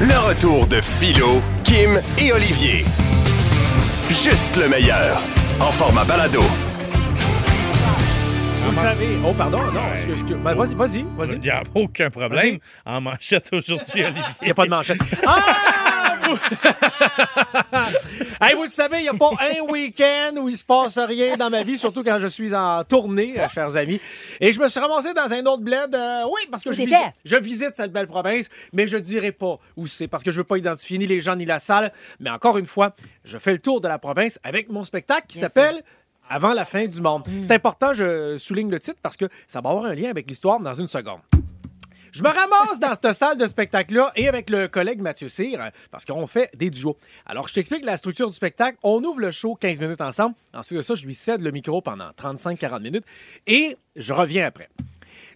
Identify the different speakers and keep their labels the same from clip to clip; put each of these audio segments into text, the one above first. Speaker 1: Le retour de Philo, Kim et Olivier. Juste le meilleur. En format balado.
Speaker 2: Vous savez. Oh, pardon, non. excuse- excuse- ben, vas-y, vas-y, vas-y.
Speaker 3: Il n'y a aucun problème. En manchette aujourd'hui, Olivier.
Speaker 2: Il n'y a pas de manchette. Ah! Vous... Hey, vous le savez, il n'y a pas un week-end où il se passe rien dans ma vie, surtout quand je suis en tournée, euh, chers amis. Et je me suis ramassé dans un autre bled. euh, oui, parce que je visite, je visite cette belle province, mais je ne dirai pas où c'est, parce que je ne veux pas identifier ni les gens ni la salle. Mais encore une fois, je fais le tour de la province avec mon spectacle qui s'appelle Avant la fin du monde. C'est important, je souligne le titre, parce que ça va avoir un lien avec l'histoire dans une seconde. Je me ramasse dans cette salle de spectacle-là et avec le collègue Mathieu Cyr, euh, parce qu'on fait des duos. Alors, je t'explique la structure du spectacle. On ouvre le show 15 minutes ensemble. Ensuite de ça, je lui cède le micro pendant 35-40 minutes et je reviens après.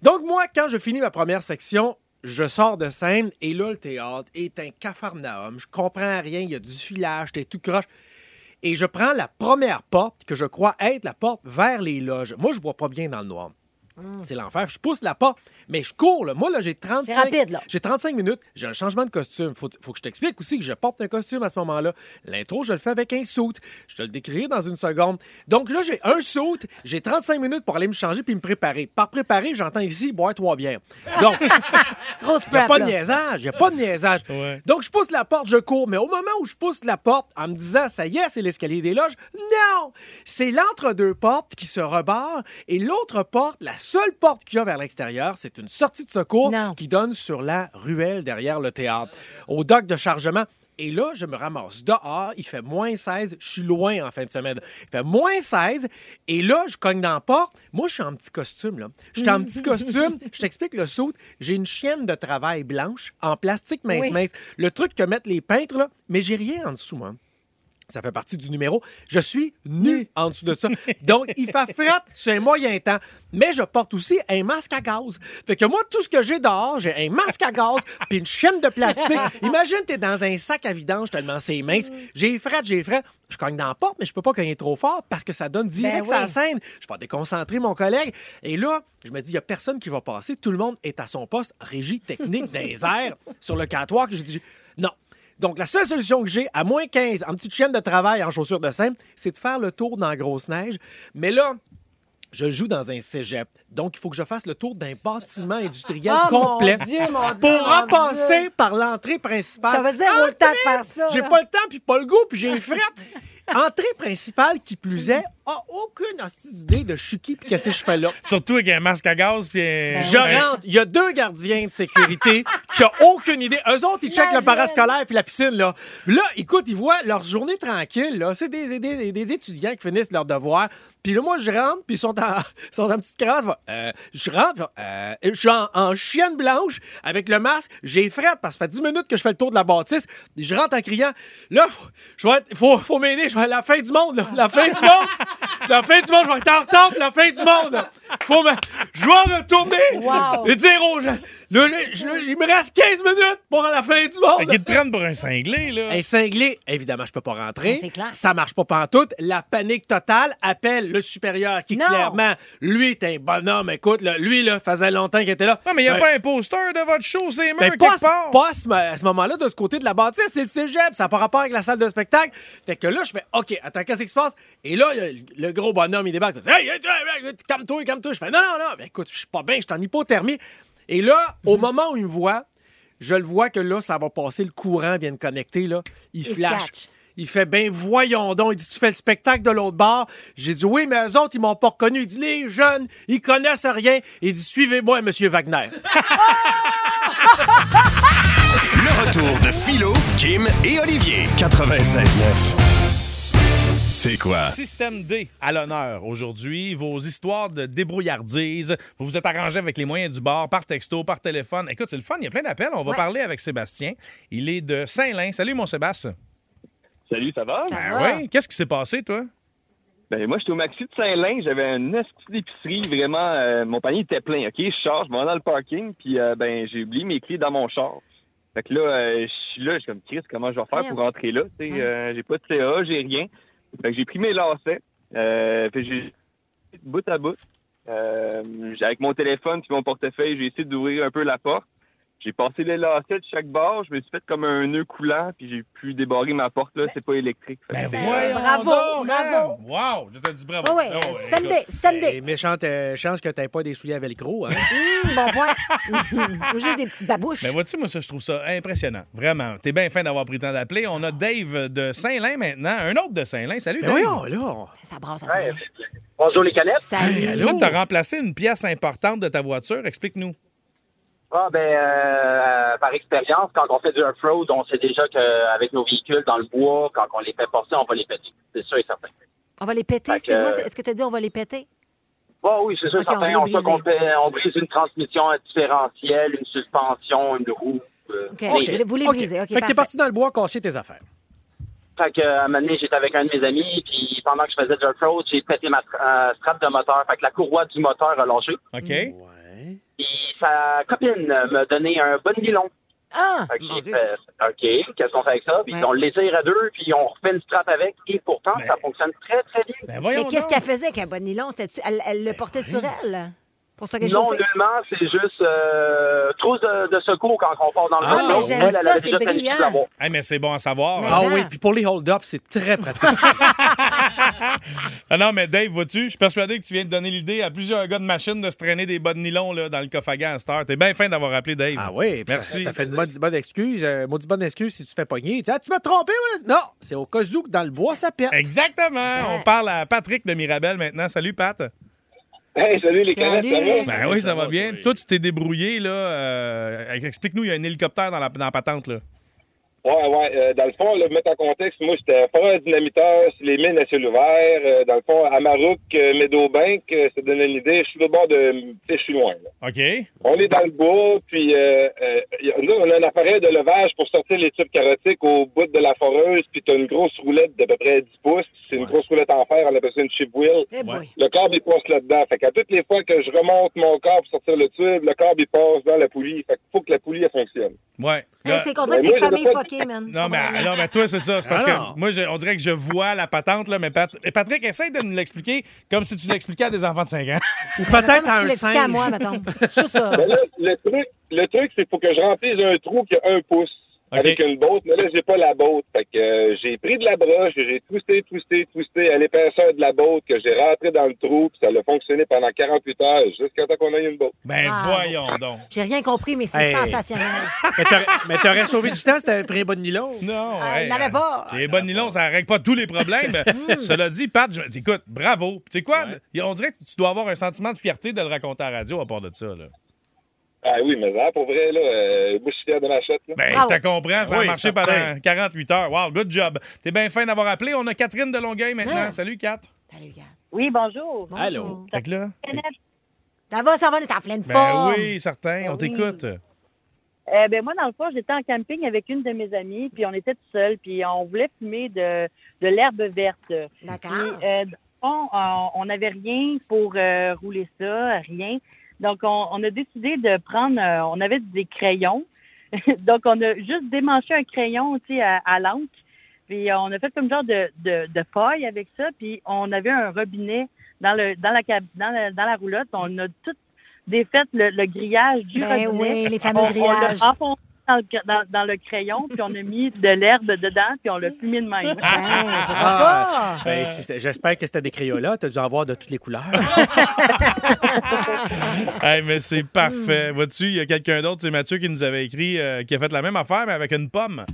Speaker 2: Donc, moi, quand je finis ma première section, je sors de scène et là, le théâtre est un cafarnaum. Je comprends rien. Il y a du filage, t'es tout croche. Et je prends la première porte que je crois être la porte vers les loges. Moi, je vois pas bien dans le noir. C'est l'enfer. Je pousse la porte, mais je cours. Là. Moi, là, j'ai 35...
Speaker 4: Hmm. C'est rapide, là.
Speaker 2: J'ai 35 minutes. J'ai un changement de costume. Faut, faut que je t'explique aussi que je porte un costume à ce moment-là. L'intro, je le fais avec un soute. Je te le décrirai dans une seconde. Donc là, j'ai un soute. J'ai 35 minutes pour aller me changer puis me préparer. Par préparer, j'entends ici boire trois bières. Donc,
Speaker 4: Grosse
Speaker 2: il n'y a
Speaker 4: prep,
Speaker 2: pas de
Speaker 4: là.
Speaker 2: niaisage, il a pas de niaisage.
Speaker 3: Ouais.
Speaker 2: Donc, je pousse la porte, je cours. Mais au moment où je pousse la porte, en me disant, ça y est, c'est l'escalier des loges, non! C'est l'entre-deux portes qui se rebarre et l'autre porte, la seule porte qu'il y a vers l'extérieur, c'est une sortie de secours
Speaker 4: Non.
Speaker 2: qui donne sur la ruelle derrière le théâtre, au dock de chargement. Et là, je me ramasse dehors, il fait moins 16, je suis loin en fin de semaine. Il fait moins 16, et là, je cogne dans la porte. Moi, je suis en petit costume, là. Je suis en petit costume, je t'explique le saut. J'ai une chienne de travail blanche, en plastique mince
Speaker 4: Oui.
Speaker 2: mince. Le truc que mettent les peintres, là, mais j'ai rien en dessous, moi. Ça fait partie du numéro. Je suis nu en dessous de ça. Donc, il fait frette sur un moyen temps. Mais je porte aussi un masque à gaz. Fait que moi, tout ce que j'ai dehors, j'ai un masque à gaz puis une chaîne de plastique. Imagine, t'es dans un sac à vidange tellement c'est mince. J'ai frette, j'ai frette. Je cogne dans la porte, mais je peux pas cogner trop fort parce que ça donne direct
Speaker 4: oui.
Speaker 2: sa scène. Je vais déconcentrer mon collègue. Et là, je me dis, il y a personne qui va passer. Tout le monde est à son poste, régie technique dans les airs, sur le comptoir. que Je dis, non. Donc, la seule solution que j'ai, à moins 15, en petite chaîne de travail, en chaussures de scène, c'est de faire le tour dans la grosse neige. Mais là, je joue dans un cégep. Donc, il faut que je fasse le tour d'un bâtiment industriel
Speaker 4: Oh, mon
Speaker 2: complet
Speaker 4: Dieu, mon Dieu,
Speaker 2: pour
Speaker 4: mon
Speaker 2: repasser par l'entrée principale.
Speaker 4: T'avais zéro le temps de faire ça,
Speaker 2: J'ai
Speaker 4: là.
Speaker 2: pas le temps, puis pas le goût, puis j'ai frette. Entrée principale, qui plus est, a aucune hostie d'idée de je suis qui, puis qu'est-ce que je fais là.
Speaker 3: Surtout avec un masque à gaz. Puis un-
Speaker 2: Ben Je rentre, il y a deux gardiens de sécurité qui n'ont aucune idée. Eux autres, ils checkent le
Speaker 4: Imagine.
Speaker 2: parascolaire puis la piscine, là. Là, écoute, ils voient leur journée tranquille, là. C'est des, des- des- des étudiants qui finissent leurs devoirs. Puis là, moi, je rentre, puis ils sont en, ils sont en petite cravate. Fait, euh, je rentre, euh, je suis en, en chienne blanche avec le masque. J'ai frette parce que ça fait 10 minutes que je fais le tour de la bâtisse. Puis je rentre en criant, là, faut, je vais être- faut, faut m'aider, je vais à la fin du monde, là. La fin du monde! La fin du monde, je vais être en retard pour la fin du monde. Faut me... Je vais retourner
Speaker 4: Wow.
Speaker 2: et dire aux gens, le- le- je- il me reste 15 minutes pour la fin du
Speaker 3: Fait qu'ils
Speaker 2: monde.
Speaker 3: te prennent pour un cinglé, là.
Speaker 2: Un cinglé, évidemment, je peux pas rentrer.
Speaker 4: Ah, c'est clair.
Speaker 2: Ça marche pas pantoute. La panique totale appelle le supérieur qui,
Speaker 4: Non.
Speaker 2: clairement, lui, est un bonhomme. Écoute, là, lui, là, faisait longtemps qu'il était là.
Speaker 3: Non, mais il n'y a
Speaker 2: Ben,
Speaker 3: pas un poster de votre show, c'est murs
Speaker 2: ben, pas, à
Speaker 3: quelque
Speaker 2: ce-
Speaker 3: part.
Speaker 2: pas à ce, à ce moment-là, de ce côté de la bâtisse, c'est le cégep, ça n'a pas rapport avec la salle de spectacle. Fait que là, je fais OK, attends, qu'est-ce qui se passe? Et là, il y a le- le gros bonhomme, il débarque. Il dit, Hey, hey, hey, hey, calme-toi, calme-toi. Je fais Non, non, non, ben, écoute, je suis pas bien, je suis en hypothermie. Et là, au moment où il me voit, je le vois que là, ça va passer, le courant vient de connecter, là. Il,
Speaker 4: Il
Speaker 2: flash.
Speaker 4: catch.
Speaker 2: Il fait ben voyons donc. Il dit Tu fais le spectacle de l'autre bar. J'ai dit Oui, mais eux autres, ils m'ont pas reconnu. Il dit Les jeunes, ils connaissent rien. Il dit Suivez-moi, monsieur Wagner.
Speaker 1: Le retour de Philo, Kim et Olivier. 96.9. C'est quoi?
Speaker 3: Système D à l'honneur aujourd'hui. Vos histoires de débrouillardise. Vous vous êtes arrangé avec les moyens du bord, par texto, par téléphone. Écoute, c'est le fun, il y a plein d'appels. On va
Speaker 4: Ouais.
Speaker 3: parler avec Sébastien. Il est de Saint-Lin. Salut, mon Sébastien.
Speaker 5: Salut, ça va?
Speaker 4: Ça
Speaker 3: Ben
Speaker 4: va?
Speaker 3: oui. Qu'est-ce qui s'est passé, toi?
Speaker 5: Ben, moi, j'étais au Maxi de Saint-Lin. J'avais une petite épicerie. Vraiment, euh, mon panier était plein. OK, je charge, je m'en vais dans le parking. Puis, euh, ben, j'ai oublié mes clés dans mon char. Fait que là, euh, je suis là. Je suis comme, Chris, comment je vais faire pour rentrer là? Tu sais, euh, j'ai pas de CA, j'ai rien. Fait que j'ai pris mes lacets. Euh, fait que j'ai bout à bout. Euh, j'ai- avec mon téléphone puis mon portefeuille, j'ai essayé d'ouvrir un peu la porte. J'ai passé les lacets de chaque barre, je me suis fait comme un nœud coulant, puis j'ai pu débarrer ma porte, là, c'est pas électrique. Fait
Speaker 3: Ben
Speaker 5: que-
Speaker 3: voyons
Speaker 4: Euh, bravo,
Speaker 3: donc,
Speaker 4: bravo.
Speaker 3: hein. Wow, je te dis bravo.
Speaker 4: Ah ouais,
Speaker 3: Ah ouais,
Speaker 4: système
Speaker 3: écoute.
Speaker 4: D, système
Speaker 2: Et
Speaker 4: D.
Speaker 2: méchante euh, chance que t'aies pas des souliers à velcro. Hein?
Speaker 4: Hum, bon point. Ou juste des petites babouches.
Speaker 3: Mais vois-tu, moi, ça, je trouve ça impressionnant. Vraiment. T'es bien fin d'avoir pris le temps d'appeler. On a Dave de Saint-Lin maintenant. Un autre de Saint-Lin. Salut,
Speaker 2: Mais
Speaker 3: Dave.
Speaker 2: Ben voyons, là.
Speaker 4: Ça brasse, ça saigne.
Speaker 6: Bonjour les canettes.
Speaker 4: Salut.
Speaker 3: Toi, t'as remplacé une pièce importante de ta voiture. Explique-nous.
Speaker 6: Ah ben euh, par expérience, quand on fait du off-road, on sait déjà qu'avec nos véhicules dans le bois, quand on les fait passer, on va les péter. C'est sûr et certain.
Speaker 4: On va les péter,
Speaker 6: Fait
Speaker 4: excuse-moi.
Speaker 6: que-
Speaker 4: c'est- Est-ce que tu as dit on va les péter?
Speaker 6: Bon, oui, c'est sûr et
Speaker 4: Ok, on
Speaker 6: certain.
Speaker 4: vient
Speaker 6: On,
Speaker 4: de
Speaker 6: sait qu'on
Speaker 4: briser.
Speaker 6: fait- on brise une transmission, un différentiel, une suspension, une roue. euh,
Speaker 4: OK.
Speaker 6: des-
Speaker 4: Vous les- Vous les
Speaker 2: OK.
Speaker 4: brisez.
Speaker 2: fait
Speaker 4: OK,
Speaker 2: que t'es
Speaker 4: parfait.
Speaker 2: parti dans le bois casser tes affaires.
Speaker 6: Fait que, à un moment donné, j'étais avec un de mes amis, puis pendant que je faisais du off-road, j'ai pété ma tra- euh, strap de moteur. Fait que la courroie du moteur a lâché.
Speaker 3: OK?
Speaker 6: Puis sa copine euh, m'a donné un bon nylon.
Speaker 4: Ah!
Speaker 6: Fait que
Speaker 4: Mon
Speaker 6: j'ai
Speaker 4: Dieu.
Speaker 6: fait, ben, OK, qu'est-ce qu'on fait avec ça? Puis
Speaker 4: Ouais. Ben
Speaker 6: on l'étire à deux, puis on refait une strap avec, et pourtant,
Speaker 3: Mais-
Speaker 6: ça fonctionne très, très bien.
Speaker 3: Ben voyons
Speaker 4: Mais qu'est-ce
Speaker 3: donc. Ben
Speaker 4: qu'elle faisait avec un bon nylon? C'était-tu- Elle, elle le portait sur elle? Pour ça qu'elle
Speaker 6: Non,
Speaker 4: chauffait?
Speaker 6: nullement, c'est juste euh, trousse de, de secours quand on part dans le
Speaker 3: Ah,
Speaker 6: bateau.
Speaker 3: mais
Speaker 4: j'aime
Speaker 6: Elle, elle
Speaker 4: ça,
Speaker 6: avait
Speaker 4: c'est
Speaker 6: déjà planifié
Speaker 4: brillant.
Speaker 6: de l'avoir.
Speaker 3: Hey, mais c'est bon à savoir.
Speaker 4: Mais-
Speaker 3: hein.
Speaker 2: Ah
Speaker 4: Vraiment.
Speaker 2: oui, puis pour les hold-up, c'est très pratique.
Speaker 3: Ah non, mais Dave, vois-tu, je suis persuadé que tu viens de donner l'idée à plusieurs gars de machine de se traîner des bas de nylon là, dans le coffre à gants à cette heure. T'es bien fin d'avoir appelé Dave.
Speaker 2: ah oui, puis ça-
Speaker 3: Merci.
Speaker 2: Ça, fait une maudite bonne excuse, euh, maudite bonne excuse si tu fais pogner. Tu dis, ah, tu m'as trompé, voilà. Non, c'est au cas où que dans le bois, ça pète.
Speaker 3: Eh, Exactement. On parle à Patrick de Mirabel maintenant. Salut, Pat.
Speaker 5: Hey, salut les canettes,
Speaker 4: Salut.
Speaker 5: ça va?
Speaker 3: Ben oui, ça va bien. Toi, tu t'es débrouillé, là. euh, Explique-nous, il y a un hélicoptère dans la, dans la patente, là.
Speaker 5: Ouais, ouais. euh, dans le fond, là, mettre en contexte, moi, j'étais forêt dynamiteur sur les mines à ciel ouvert. euh, dans le fond, à Maroc, euh, Meadowbank, euh, ça donne une idée. Je suis au bord de. Tu sais, je suis loin, là.
Speaker 3: OK.
Speaker 5: On est dans le bois, puis euh, euh, y a- nous, on a un appareil de levage pour sortir les tubes carotiques au bout de la foreuse, puis t'as une grosse roulette d'à peu près 10 pouces. C'est une grosse roulette en fer, on appelle ça une chip wheel.
Speaker 4: Eh boy.
Speaker 5: Le câble, il passe là-dedans. Fait qu'à toutes les fois que je remonte mon câble pour sortir le tube, le câble, il passe dans la poulie. Fait qu'il faut que la poulie, elle fonctionne.
Speaker 3: Ouais.
Speaker 4: Hey,
Speaker 3: Là-
Speaker 4: c'est qu'on dirait que
Speaker 5: Mais
Speaker 4: c'est
Speaker 5: moi,
Speaker 4: famille
Speaker 5: j'ai pas-
Speaker 4: fuckée, man.
Speaker 3: non,
Speaker 4: Je comprends
Speaker 3: mais,
Speaker 4: rien.
Speaker 3: non, mais toi, c'est ça. C'est parce
Speaker 2: Alors?
Speaker 3: que moi, je- on dirait que je vois la patente, là, mais Pat- et Patrick, essaye de nous l'expliquer comme si tu l'expliquais à des enfants de 5 ans.
Speaker 2: Ou peut-être
Speaker 4: Comment
Speaker 2: à un
Speaker 4: tu l'expliques à
Speaker 2: singe.
Speaker 4: moi, mettons. Je suis ça.
Speaker 5: Mais là, le truc, le truc, c'est qu'il faut que je remplisse un trou qui a un pouce
Speaker 3: OK.
Speaker 5: avec une botte. Mais là, j'ai pas la botte. Fait que euh, j'ai pris de la broche, j'ai twisté, twisté, twisté à l'épaisseur de la botte que j'ai rentré dans le trou, puis ça a fonctionné pendant 48 heures jusqu'à temps qu'on ait une botte.
Speaker 3: Ben
Speaker 4: Ah,
Speaker 3: voyons donc.
Speaker 4: J'ai rien compris, mais c'est
Speaker 2: Hey.
Speaker 4: sensationnel.
Speaker 2: Mais t'aurais- Mais t'aurais sauvé du temps si t'avais pris un bon nylon.
Speaker 3: Non,
Speaker 4: Ah, il
Speaker 3: hey,
Speaker 4: l'avait
Speaker 3: euh,
Speaker 4: pas. Hmm.
Speaker 3: Les bonnes nylons, ça règle pas tous les problèmes. Cela dit, Pat, je- écoute, bravo. Tu sais quoi? On dirait que tu dois avoir un sentiment de fierté de le raconter à la radio à part de ça. Là.
Speaker 5: Ah oui, mais là, pour vrai, là, euh, moi, je suis fier de ma chatte, là.
Speaker 3: Ben,
Speaker 4: Ah
Speaker 3: je
Speaker 4: ouais.
Speaker 3: te comprends, ça a
Speaker 2: Oui,
Speaker 3: marché
Speaker 2: certain.
Speaker 3: pendant 48 heures. Wow, good job. T'es bien fin d'avoir appelé. On a Catherine de Longueuil maintenant.
Speaker 4: Hein?
Speaker 3: Salut, Kat.
Speaker 4: Salut, Gab.
Speaker 7: Oui, bonjour.
Speaker 4: Bonjour.
Speaker 2: Allô?
Speaker 3: Fait que là,
Speaker 4: Ça va, ça va, on est en pleine
Speaker 3: ben
Speaker 4: forme. Ben
Speaker 3: oui, certain, on
Speaker 7: Oui.
Speaker 3: t'écoute.
Speaker 7: Euh, ben moi, dans le fond, j'étais en camping avec une de mes amies, puis on était tout seul, puis on voulait fumer de, de l'herbe verte. Puis,
Speaker 4: D'accord.
Speaker 7: euh, on- on on n'avait rien pour euh, rouler ça, rien. Donc, on, on a décidé de prendre, euh, on avait des crayons. Donc, on a juste démanché un crayon, tu sais, à, à l'encre. Puis, on a fait comme genre de, de, de paille avec ça. Puis, on avait un robinet dans le dans la cab- dans la, dans la roulotte. On a tout défait le, le grillage du
Speaker 4: Ben
Speaker 7: robinet.
Speaker 4: oui, les
Speaker 7: On,
Speaker 4: fameux
Speaker 7: on l'a
Speaker 4: grillages.
Speaker 7: enfoncé dans le, dans- dans le crayon, puis on a mis de l'herbe dedans, puis on l'a fumé de même.
Speaker 4: Ben, pourquoi
Speaker 2: Ah.
Speaker 4: pas?
Speaker 2: Ben, si c'était- J'espère que c'était des crayons-là. T'as dû en voir de toutes les couleurs.
Speaker 3: Hey, mais c'est parfait. Vois-tu, il y a quelqu'un d'autre, c'est Mathieu qui nous avait écrit, euh, qui a fait la même affaire, mais avec une pomme.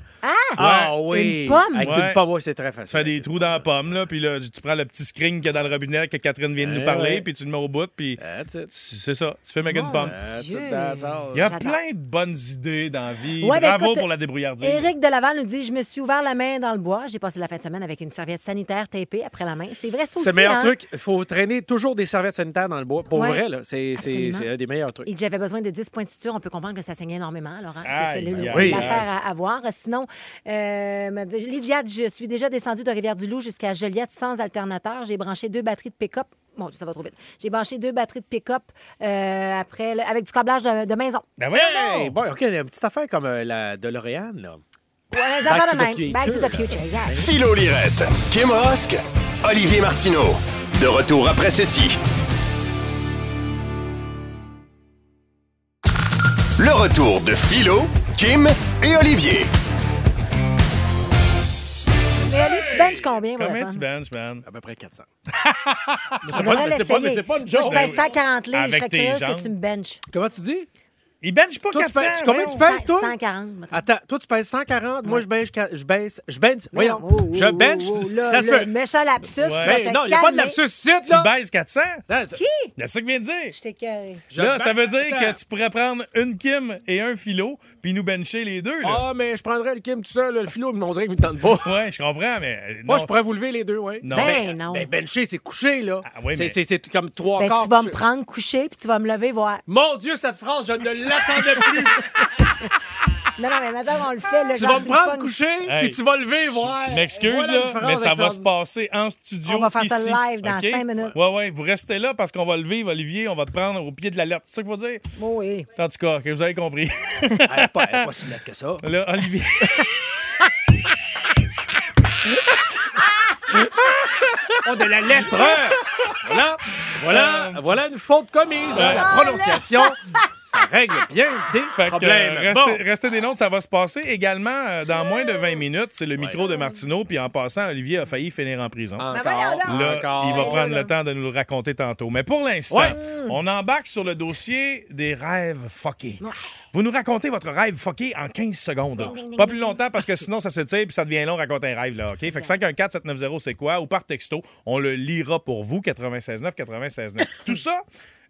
Speaker 2: Ah oui.
Speaker 4: Une pomme?
Speaker 2: Avec
Speaker 3: Ouais.
Speaker 2: une pomme, ouais, c'est très
Speaker 3: Ça
Speaker 2: facile.
Speaker 3: fait des trous dans la pomme, là, puis là, tu prends le petit screen qu'il y a dans le robinet que Catherine vient de nous
Speaker 2: Eh
Speaker 3: parler,
Speaker 2: ouais.
Speaker 3: puis tu le mets au bout, puis
Speaker 2: That's
Speaker 3: tu-
Speaker 2: it.
Speaker 3: c'est ça, tu fais avec une
Speaker 4: Mon
Speaker 3: pomme.
Speaker 2: That's
Speaker 4: Dieu.
Speaker 2: it, that's all.
Speaker 3: Il y a
Speaker 4: J'adore.
Speaker 3: plein de bonnes idées dans la vie.
Speaker 4: Ouais, ben,
Speaker 3: Bravo
Speaker 4: écoute,
Speaker 3: pour la débrouillardise.
Speaker 4: Éric Delaval nous dit Je me suis ouvert la main dans le bois. J'ai passé la fin de semaine avec une serviette sanitaire tapée après la main. C'est vrai, ça aussi.
Speaker 2: C'est le meilleur
Speaker 4: hein?
Speaker 2: truc. Il faut traîner toujours des serviettes sanitaires dans le bois. Pour
Speaker 4: Ouais.
Speaker 2: vrai, là, c'est c'est-
Speaker 4: Absolument.
Speaker 2: c'est un des meilleurs trucs.
Speaker 4: Et que j'avais besoin de 10 points de suture, on peut comprendre que ça saignait énormément, Laurent. C'est
Speaker 3: Aïe,
Speaker 4: c'est le-
Speaker 3: aïe,
Speaker 4: c'est
Speaker 2: aïe.
Speaker 4: l'affaire à, à voir. Sinon, euh, me dit- Lydia, dit, je suis déjà descendue de Rivière-du-Loup jusqu'à Joliette sans alternateur. J'ai branché deux batteries de pick-up. Bon, ça va trop vite. J'ai branché deux batteries de pick-up euh, après, le- avec du câblage de, de maison.
Speaker 3: Ben voyons
Speaker 2: Hey,
Speaker 3: donc.
Speaker 2: bon, OK, une petite affaire comme euh, la DeLorean. Là.
Speaker 4: Ouais, des
Speaker 2: Back
Speaker 4: affaires
Speaker 2: to
Speaker 4: de
Speaker 2: the
Speaker 4: même.
Speaker 2: future.
Speaker 4: Back to the future, yeah.
Speaker 1: Philo Lirette, Kim Rosk, Olivier Martineau. De retour après ceci. Le retour de Philo, Kim et Olivier.
Speaker 4: Mais allez, tu benches combien, pour le
Speaker 3: Combien
Speaker 4: fun?
Speaker 3: tu benches, man? Ah,
Speaker 2: À peu près 400.
Speaker 4: On devrait
Speaker 3: c'est pas-
Speaker 4: l'essayer.
Speaker 3: c'est pas une
Speaker 4: Moi,
Speaker 3: joke.
Speaker 4: je pèse
Speaker 3: Ben oui.
Speaker 4: 140 livres. Je
Speaker 3: Avec
Speaker 4: serais
Speaker 3: tes
Speaker 4: curieuse que
Speaker 3: jambes.
Speaker 4: tu me benches.
Speaker 2: Comment tu dis?
Speaker 3: Il bench pas
Speaker 2: Toi, tu
Speaker 3: 400.
Speaker 2: pèses- combien
Speaker 3: voyons.
Speaker 2: tu pèses, toi?
Speaker 4: 140. mettons.
Speaker 2: Attends, toi, tu pèses 140, moi, je bench. Je baisse. Je bench.
Speaker 4: Non,
Speaker 2: Voyons.
Speaker 4: oh, oh,
Speaker 2: je
Speaker 4: oh,
Speaker 2: bench.
Speaker 4: oh,
Speaker 2: ça
Speaker 4: là,
Speaker 2: se
Speaker 4: le
Speaker 2: peut.
Speaker 4: méchant lapsus, tu vas
Speaker 2: Ben,
Speaker 4: te
Speaker 2: non, il n'y a pas de
Speaker 4: calmer.
Speaker 2: lapsus site,
Speaker 3: Tu
Speaker 2: là.
Speaker 3: baises 400?
Speaker 2: Non, c'est-
Speaker 3: C'est ça que vient de dire.
Speaker 4: Je t'écœure.
Speaker 2: je
Speaker 3: Là,
Speaker 2: bench-
Speaker 3: Ben, ça veut dire
Speaker 2: Attends.
Speaker 3: que tu pourrais prendre une Kim et un Philo, puis nous bencher les deux. Là.
Speaker 2: Ah, mais je prendrais le Kim tout seul, là, le philo, mais on dirait qu'il me tente pas.
Speaker 3: Ouais, je comprends, mais. euh,
Speaker 2: Moi,
Speaker 3: non,
Speaker 2: je pourrais vous lever les deux, oui.
Speaker 3: Non.
Speaker 4: Ben non.
Speaker 2: Mais bencher, c'est coucher, là.
Speaker 3: Ah oui,
Speaker 2: C'est-
Speaker 3: mais-
Speaker 2: c'est- C'est comme trois
Speaker 4: Ben,
Speaker 2: quarts.
Speaker 4: tu vas me
Speaker 2: couché.
Speaker 4: prendre couché, puis tu vas me lever voir.
Speaker 2: Mon Dieu, cette phrase, je ne l'attendais plus.
Speaker 4: Non, non, mais madame, on le fait. là,
Speaker 2: tu
Speaker 4: genre,
Speaker 2: vas me
Speaker 4: c'est
Speaker 2: prendre
Speaker 4: fun.
Speaker 2: coucher,
Speaker 3: Hey.
Speaker 2: puis tu vas lever, voir.
Speaker 3: Je m'excuse,
Speaker 2: Voilà une
Speaker 3: là,
Speaker 2: phrase
Speaker 3: mais ça va se
Speaker 2: extraordinaire.
Speaker 3: passer en studio.
Speaker 4: On va faire ça
Speaker 3: ici,
Speaker 4: live dans
Speaker 3: OK?
Speaker 4: cinq minutes.
Speaker 3: Ouais, ouais, vous restez là parce qu'on va le vivre, Olivier. On va te prendre au pied de l'alerte. C'est ça qu'il faut dire?
Speaker 4: Oui.
Speaker 3: En tout cas, que vous avez compris.
Speaker 2: Elle est pas, elle est pas si nette que ça.
Speaker 3: Là, Olivier.
Speaker 2: Oh, de la lettre! voilà, voilà, voilà une faute commise. hein. La prononciation, ça règle bien des
Speaker 3: Fait que, euh,
Speaker 2: problèmes.
Speaker 3: restez,
Speaker 2: Bon.
Speaker 3: restez des nôtres, ça va se passer également euh, dans moins de 20 minutes. C'est le micro de Martineau. Puis en passant, Olivier a failli finir en prison.
Speaker 2: Ah,
Speaker 4: Ah, ben, voyons donc.
Speaker 3: Là,
Speaker 2: encore.
Speaker 3: Euh, il va prendre le temps de nous le raconter tantôt. Mais pour l'instant,
Speaker 2: Ouais.
Speaker 3: on embarque sur le dossier des rêves fuckés. Vous nous racontez votre rêve fucké en 15 secondes. Pas plus longtemps parce que sinon ça s'étire puis ça devient long raconter un rêve là, OK Fait que 514 790 c'est quoi ou par texto, on le lira pour vous 96 9 96 9. Tout ça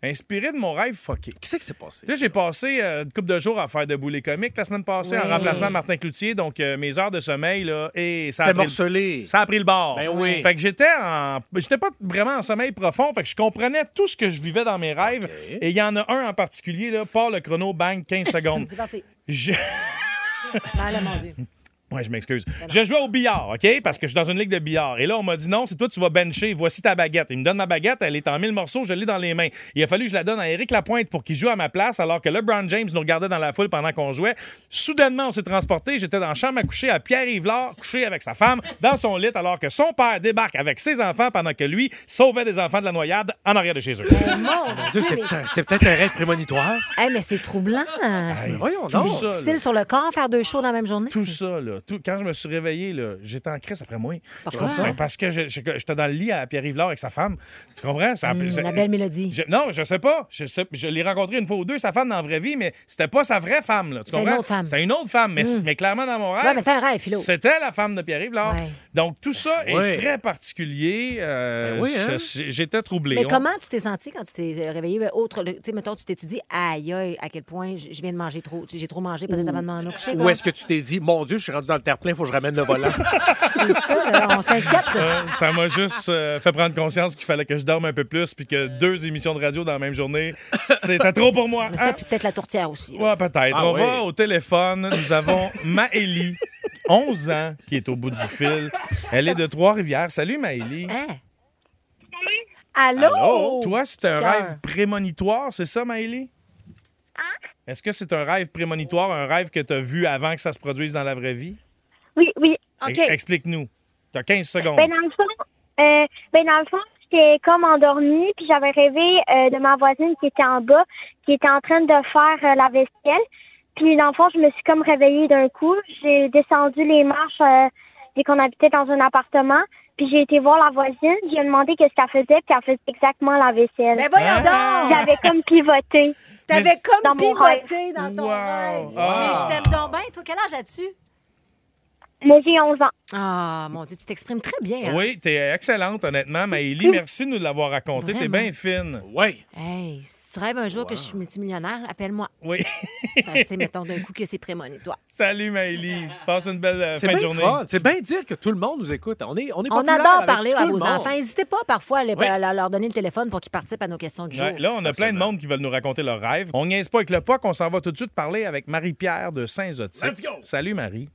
Speaker 3: inspiré de mon rêve fucké.
Speaker 2: Qu'est-ce qui s'est passé?
Speaker 3: Là, j'ai passé euh, une couple de jours à faire de boulet comique la semaine passée en remplacement de Martin Cloutier. Donc, euh, mes heures de sommeil, là, et ça a
Speaker 2: T'es
Speaker 3: pris le-
Speaker 2: morcelé.
Speaker 3: ça a pris le bord.
Speaker 2: Ben oui.
Speaker 3: Fait que j'étais en. J'étais pas vraiment en sommeil profond. Fait que je comprenais tout ce que je vivais dans mes rêves. Et il y en a un en particulier, là, par le chrono, bang, 15 secondes.
Speaker 4: C'est parti.
Speaker 3: Je-
Speaker 4: Ah, là, mon Dieu.
Speaker 3: Ouais, je m'excuse. Je jouais au billard, OK? Parce que je suis dans une ligue de billard. Et là, on m'a dit non, c'est toi, tu vas bencher. Voici ta baguette. Il me donne ma baguette, elle est en mille morceaux, je l'ai dans les mains. Il a fallu que je la donne à Eric Lapointe pour qu'il joue à ma place, alors que LeBron James nous regardait dans la foule pendant qu'on jouait. Soudainement, on s'est transporté. J'étais dans la chambre à coucher à Pierre Yvelard, couché avec sa femme, dans son lit, alors que son père débarque avec ses enfants pendant que lui sauvait des enfants de la noyade en arrière de chez eux.
Speaker 4: Mon Dieu,
Speaker 2: Dieu, c'est
Speaker 4: mais-
Speaker 2: peut- C'est peut-être un rêve prémonitoire.
Speaker 4: Hey, mais c'est troublant. C'est
Speaker 2: Voyons
Speaker 3: Tout
Speaker 2: donc.
Speaker 3: ça, là.
Speaker 4: difficile sur le corps, faire deux shows dans la même journée.
Speaker 3: tout ça, là, tout- quand je me suis réveillé, là, j'étais en crise après moi.
Speaker 4: Pourquoi?
Speaker 3: Je comprends- Parce que je- je- j'étais dans le lit à Pierre-Yves-Lard avec sa femme. Tu comprends? Ça- ça-
Speaker 4: la belle mélodie.
Speaker 3: je- non, je sais pas. Je, sais- je l'ai rencontré une fois ou deux, sa femme, dans la vraie vie, mais c'était pas sa vraie femme. Là, tu
Speaker 4: C'était une
Speaker 3: comprends?
Speaker 4: autre femme. Hmm.
Speaker 3: C'était une autre femme, mais, mais clairement dans mon rêve.
Speaker 4: Ouais, mais c'est un rêve, Philo.
Speaker 3: C'était la femme de Pierre-Yves Lard.
Speaker 4: Ouais.
Speaker 3: Donc, tout ça
Speaker 2: Ouais.
Speaker 3: est très particulier. euh,
Speaker 2: Ben oui, hein?
Speaker 3: je- J'étais troublé.
Speaker 4: Mais
Speaker 3: On-
Speaker 4: comment tu t'es senti quand tu t'es réveillé? Ben, Autre, le- tu sais, mettons, tu t'es dit, aïe, aïe, à quel point je je viens de manger trop. tu sais, J'ai trop mangé peut-être avant de m'en coucher.
Speaker 2: Ou est-ce que tu t'es dit, mon Dieu, je suis rendu dans le terre-plein, il faut que je ramène le volant?
Speaker 4: C'est ça, là, on s'inquiète.
Speaker 3: Ouais, ça m'a juste euh, fait prendre conscience qu'il fallait que je dorme un peu plus puis que deux émissions de radio dans la même journée, c'était trop pour moi.
Speaker 4: Euh. Mais ça,
Speaker 3: hein?
Speaker 4: puis peut-être la tourtière aussi. là.
Speaker 3: Ouais, peut-être.
Speaker 2: Ah
Speaker 3: On
Speaker 2: oui.
Speaker 3: va au téléphone. Nous avons Maëlie, 11 ans, qui est au bout du fil. Elle est de Trois-Rivières. Salut, Maëlie. Oh,
Speaker 4: Hein? Allô?
Speaker 2: Oh!
Speaker 3: Toi, c'est un
Speaker 4: Scar.
Speaker 3: rêve prémonitoire, c'est ça, Maëlie?
Speaker 2: Hein?
Speaker 3: Est-ce que c'est un rêve prémonitoire, un rêve que tu as vu avant que ça se produise dans la vraie vie?
Speaker 8: Oui, oui.
Speaker 4: OK.
Speaker 3: Ex- Explique-nous. Tu as 15 secondes.
Speaker 8: Ben, dans le fond, euh, ben, dans le fond, j'étais comme endormie, puis j'avais rêvé euh, de ma voisine qui était en bas, qui était en train de faire euh, la vaisselle. Puis, dans le fond, je me suis comme réveillée d'un coup. J'ai descendu les marches euh, dès qu'on habitait dans un appartement. Puis, j'ai été voir la voisine. J'ai demandé qu'est-ce qu'elle faisait, puis elle faisait exactement la vaisselle.
Speaker 4: Ben
Speaker 3: hein? Ah!
Speaker 4: voyons donc!
Speaker 8: J'avais comme pivoté.
Speaker 4: T'avais
Speaker 8: dans
Speaker 4: comme
Speaker 8: mon rêve.
Speaker 4: pivoté dans ton
Speaker 3: Wow.
Speaker 4: rêve.
Speaker 3: Ah.
Speaker 4: Mais je t'aime donc bien. Toi, quel âge as-tu?
Speaker 8: Mais j'ai 11 ans.
Speaker 4: Ah, mon Dieu, tu t'exprimes très bien. hein?
Speaker 3: Oui, tu es excellente, honnêtement, Maëlie. Merci de nous l'avoir raconté. Tu es
Speaker 4: Vraiment.
Speaker 3: bien fine.
Speaker 2: oui.
Speaker 4: Hey, si tu rêves un jour que je suis multimillionnaire, appelle-moi.
Speaker 3: Oui.
Speaker 4: Parce que, mettons d'un coup que c'est prémonitoire.
Speaker 3: Salut, Maëlie. Passe une belle euh,
Speaker 2: C'est
Speaker 3: fin de
Speaker 2: bien
Speaker 3: journée.
Speaker 2: fun. C'est bien dire que tout le monde nous écoute. On est, on est
Speaker 4: On
Speaker 2: populaire
Speaker 4: adore
Speaker 2: avec
Speaker 4: parler
Speaker 2: tout
Speaker 4: à
Speaker 2: le
Speaker 4: vos
Speaker 2: monde.
Speaker 4: enfants. N'hésitez pas parfois à, les-
Speaker 2: Oui.
Speaker 4: à leur donner le téléphone pour qu'ils participent à nos questions du jour.
Speaker 3: Ouais, là, on a plein de monde qui veulent nous raconter leurs rêves. On niaise pas avec le POC, on s'en va tout de suite parler avec Marie-Pierre de Saint-Zotique.
Speaker 2: Let's go!
Speaker 3: Salut Marie.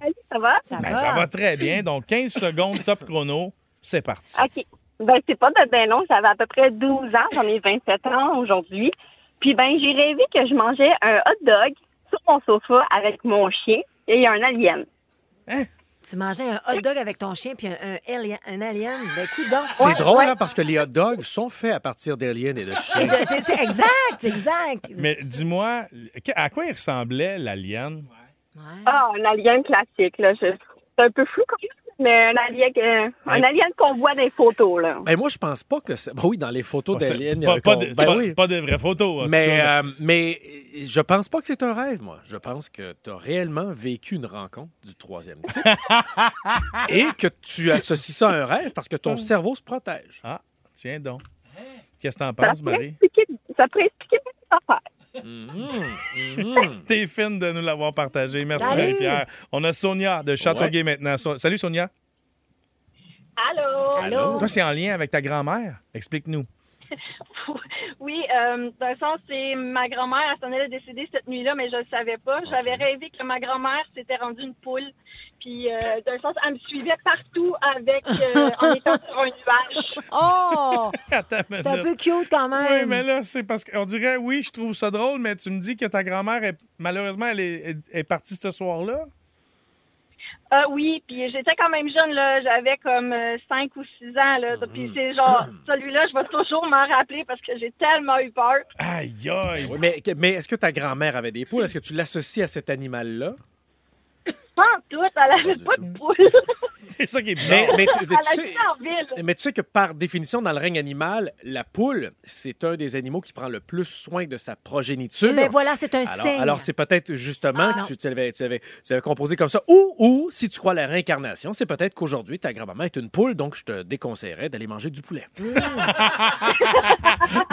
Speaker 7: Salut, ça va?
Speaker 4: Ça
Speaker 3: Ben,
Speaker 4: va?
Speaker 3: ça va très bien. Donc, 15 secondes top chrono. C'est parti.
Speaker 7: OK. Ben, c'est pas de ben long. J'avais à peu près 12 ans. J'en ai 27 ans aujourd'hui. Puis, ben, j'ai rêvé que je mangeais un hot dog sur mon sofa avec mon chien et un alien.
Speaker 4: Tu mangeais un hot dog avec ton chien puis un, un alien. Un alien. Ben, coudonc.
Speaker 2: C'est
Speaker 4: Ouais,
Speaker 2: drôle,
Speaker 4: ouais.
Speaker 2: là, parce que les hot dogs sont faits à partir d'aliens et de
Speaker 4: Et
Speaker 2: chiens.
Speaker 4: de- c'est- c'est exact, exact.
Speaker 3: Mais dis-moi, que- à quoi il ressemblait l'alien?
Speaker 4: Ouais.
Speaker 9: Ah, un alien classique, là. je- C'est un peu flou quand même, mais un alien, euh, un
Speaker 3: Ouais.
Speaker 9: alien qu'on voit dans les photos, là.
Speaker 2: Mais moi, je pense pas que c'est. Ben oui, dans les photos
Speaker 3: Pas,
Speaker 2: d'aliens.
Speaker 3: pas-
Speaker 2: euh,
Speaker 3: pas
Speaker 2: qu'on-
Speaker 3: de,
Speaker 2: ben
Speaker 3: pas-
Speaker 2: oui.
Speaker 3: pas de vraies photos. en tout
Speaker 2: Mais,
Speaker 3: cas.
Speaker 2: euh, mais je pense pas que c'est un rêve, moi. Je pense que tu as réellement vécu une rencontre du troisième type et que tu associes ça à un rêve parce que
Speaker 4: Mm.
Speaker 2: ton cerveau se protège.
Speaker 3: Ah, tiens donc. Qu'est-ce que t'en
Speaker 9: Ça
Speaker 3: penses,
Speaker 9: pourrait
Speaker 3: Marie?
Speaker 9: expliquer, ça pourrait expliquer beaucoup d'affaires.
Speaker 3: T'es fine de nous l'avoir partagé. Merci,
Speaker 4: Salut.
Speaker 3: Marie-Pierre. On a Sonia de Châteauguay maintenant. So- Salut, Sonia.
Speaker 9: Allô?
Speaker 4: Allô?
Speaker 3: Toi, c'est en lien avec ta grand-mère. Explique-nous.
Speaker 9: Oui, euh, dans le sens, c'est ma grand-mère, elle s'en allait décéder cette nuit-là, mais je ne le savais pas.
Speaker 2: Ah,
Speaker 9: J'avais rêvé que ma grand-mère s'était rendue une poule. Puis, euh, dans le sens, elle me suivait partout avec, euh, en étant sur un nuage.
Speaker 4: Oh!
Speaker 3: Attends une
Speaker 4: C'est un
Speaker 3: minute.
Speaker 4: peu cute quand
Speaker 3: Oui,
Speaker 4: même.
Speaker 3: mais là, c'est parce qu'on dirait, oui, je trouve ça drôle, mais tu me dis que ta grand-mère, est- malheureusement, elle est, est- est partie ce soir-là.
Speaker 9: Ah oui, puis j'étais quand même jeune, là. J'avais comme 5 ou 6 ans, là. Puis
Speaker 2: Mm.
Speaker 9: c'est genre, celui-là, je vais toujours m'en rappeler parce que j'ai tellement eu peur.
Speaker 3: Aïe, aïe.
Speaker 2: Ben Oui, mais mais est-ce que ta grand-mère avait des poules? Est-ce que tu l'associes à cet animal-là?
Speaker 9: Pas en tout, elle avait pas de poule.
Speaker 3: C'est ça qui est bizarre.
Speaker 2: Mais, mais tu,
Speaker 9: Elle
Speaker 2: tu sais,
Speaker 9: habitait en ville.
Speaker 2: mais tu sais que par définition, dans le règne animal, la poule, c'est un des animaux qui prend le plus soin de sa progéniture.
Speaker 4: Ben voilà, c'est un
Speaker 2: Alors,
Speaker 4: signe.
Speaker 2: alors, c'est peut-être justement
Speaker 4: Ah.
Speaker 2: que tu, tu l'avais- tu l'avais- tu l'avais composé comme ça. Ou, ou, si tu crois à la réincarnation, c'est peut-être qu'aujourd'hui, ta grand-maman est une poule, donc je te déconseillerais d'aller manger du poulet.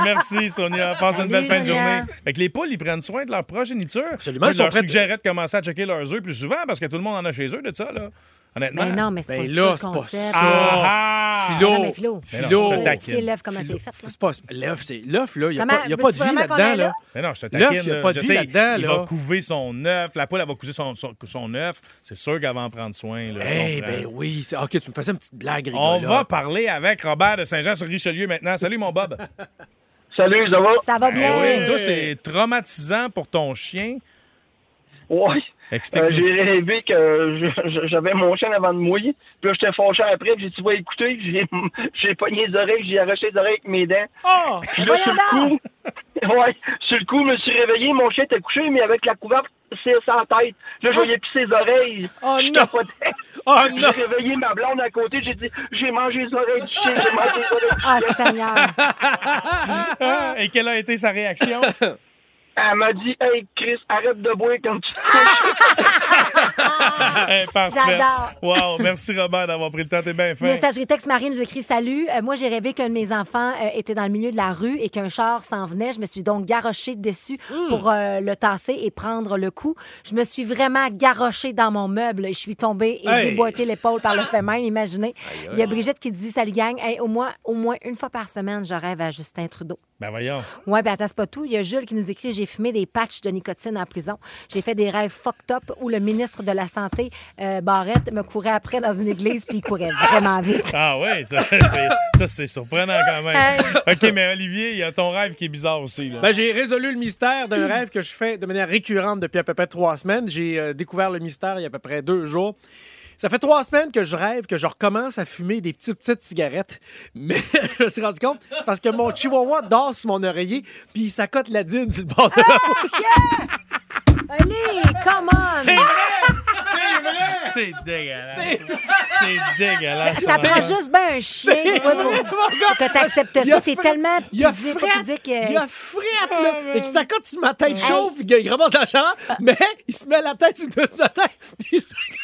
Speaker 3: Merci, Sonia. Passe une belle
Speaker 4: Salut,
Speaker 3: fin de
Speaker 4: Sonia.
Speaker 3: journée. Fait que les poules, ils prennent soin de leur progéniture.
Speaker 2: Absolument,
Speaker 3: Moi,
Speaker 2: ils
Speaker 3: je
Speaker 2: sont
Speaker 3: leur
Speaker 2: prêts-
Speaker 3: suggérais de commencer à checker leurs œufs plus souvent parce que tout le monde en a chez eux de ça, là. Honnêtement.
Speaker 4: Mais non, mais c'est
Speaker 2: Ben
Speaker 4: pas
Speaker 2: là,
Speaker 4: ça
Speaker 2: c'est
Speaker 4: le
Speaker 2: pas
Speaker 4: concept.
Speaker 2: ça.
Speaker 3: Ah, ah!
Speaker 2: Philo,
Speaker 4: Non, mais Philo.
Speaker 3: Philo.
Speaker 4: C'est-
Speaker 3: Je te
Speaker 4: c'est
Speaker 3: taquine.
Speaker 4: l'œuf, comment c'est fait. là.
Speaker 2: C'est pas l'œuf, c'est l'œuf là, il y a
Speaker 4: Comment-
Speaker 2: pas, il y a
Speaker 4: veux-tu
Speaker 2: pas de vie
Speaker 4: vraiment qu'on
Speaker 2: là-dedans
Speaker 4: aille là?
Speaker 2: là.
Speaker 3: Mais non, je te
Speaker 2: L'œuf,
Speaker 3: taquine.
Speaker 2: y a
Speaker 3: là.
Speaker 2: pas de
Speaker 3: Je
Speaker 2: vie
Speaker 3: sais,
Speaker 2: là-dedans,
Speaker 3: Il
Speaker 2: là.
Speaker 3: va couver son œuf. La poule, elle va couver son, son, son œuf. C'est sûr qu'elle va en prendre soin. Là,
Speaker 2: Eh
Speaker 3: je comprends.
Speaker 2: ben oui, c'est- OK, tu me faisais une petite blague
Speaker 3: On
Speaker 2: rigolote.
Speaker 3: va parler avec Robert de Saint-Jean-sur-Richelieu maintenant. Salut, mon Bob.
Speaker 5: Salut, ça va?
Speaker 4: Ça va
Speaker 3: Eh
Speaker 2: Ben
Speaker 4: bien.
Speaker 3: oui, toi, c'est traumatisant pour ton chien.
Speaker 5: Ouais. Euh,
Speaker 3: Explique-nous.
Speaker 5: j'ai rêvé que je- je- j'avais mon chien avant de mouiller. Puis là, j'étais fâché après. Puis j'ai dit, tu vas écouter. Puis J'ai, j'ai pogné les oreilles. J'ai arraché les oreilles avec mes dents.
Speaker 4: Oh,
Speaker 5: Puis là, sur
Speaker 4: voyons
Speaker 5: le
Speaker 4: donc.
Speaker 5: coup, ouais, sur le coup, je me suis réveillé. Mon chien était couché, mais avec la couverte, c'est sa tête. Là, je voyais plus ses oreilles.
Speaker 2: Oh
Speaker 5: Je
Speaker 2: non!
Speaker 5: capotais.
Speaker 2: Oh
Speaker 5: J'ai
Speaker 2: non!
Speaker 5: réveillé ma blonde à côté. J'ai dit, j'ai mangé les oreilles du chien. J'ai mangé les oreilles.
Speaker 4: Ah, Seigneur.
Speaker 3: Ah, et quelle a été sa réaction?
Speaker 5: Elle m'a dit, hey, Chris, arrête de boire quand tu te couches.
Speaker 3: Eh, parfait.
Speaker 4: J'adore.
Speaker 3: Wow, merci Robert d'avoir pris le temps, t'es bien fin.
Speaker 4: Messagerie texte, Marie nous écrit Salut. Euh, moi, j'ai rêvé qu'un de mes enfants euh, était dans le milieu de la rue et qu'un char s'en venait. Je me suis donc garochée dessus pour euh, le tasser et prendre le coup. Je me suis vraiment garochée dans mon meuble. Je suis tombée et
Speaker 2: Hey.
Speaker 4: déboîtée l'épaule par le fait même. Imaginez. Il y a Brigitte qui dit Salut, gang. Hey, au, moins, au moins une fois par semaine, je rêve à Justin Trudeau.
Speaker 3: Ben voyons.
Speaker 4: Ouais, ben attends, c'est pas tout. Il y a Jules qui nous écrit J'ai fumé des patchs de nicotine en prison. J'ai fait des rêves fucked up où le ministre de la Santé, euh, Barrette, me courait après dans une église puis il courait vraiment vite.
Speaker 3: Ah oui, ça, c'est- ça, c'est surprenant quand même. OK, mais Olivier, il y a ton rêve qui est bizarre aussi. Là.
Speaker 2: Ben, j'ai résolu le mystère d'un rêve que je fais de manière récurrente depuis à peu près trois semaines. J'ai euh, découvert le mystère il y a à peu près deux jours. Ça fait trois semaines que je rêve que je recommence à fumer des petites, petites cigarettes. Mais je me suis rendu compte, c'est parce que mon chihuahua dort sur mon oreiller, puis il s'accote la dîne sur le bord de la bouche.
Speaker 4: Allez, come on!
Speaker 3: C'est dégueulasse. C'est dégueulasse.
Speaker 4: Ça prend juste bien un chien toi, pour, pour que t'acceptes
Speaker 2: Il a
Speaker 4: ça. T'es
Speaker 2: fret-
Speaker 4: tellement
Speaker 2: Il a
Speaker 4: pudique, pas
Speaker 2: frette!
Speaker 4: pudique, euh,
Speaker 2: Il a frette,
Speaker 4: Ah,
Speaker 2: là! Et qui s'accote sur ma tête chaude, puis il ramasse la chaleur, mais il se met la tête sur le dessus de sa tête, puis il s'accote.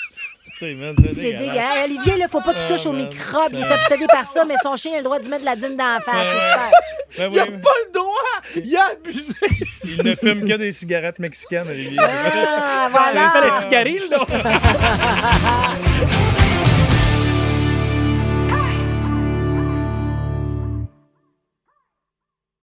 Speaker 3: C'est man,
Speaker 4: C'est dégueulasse. Olivier, là, faut pas qu'il touche
Speaker 2: Euh,
Speaker 3: Ah,
Speaker 4: aux
Speaker 3: man.
Speaker 4: microbes. Il est obsédé par ça, mais son chien a le droit de mettre de la dîne dans la face.
Speaker 2: Euh.
Speaker 3: Ben
Speaker 4: c'est super.
Speaker 2: Il a
Speaker 3: oui,
Speaker 2: pas le droit! Il a abusé!
Speaker 3: Il ne fume que des cigarettes mexicaines, Olivier.
Speaker 4: Ah,
Speaker 2: C'est
Speaker 4: voilà.
Speaker 2: pas la cigarille, là!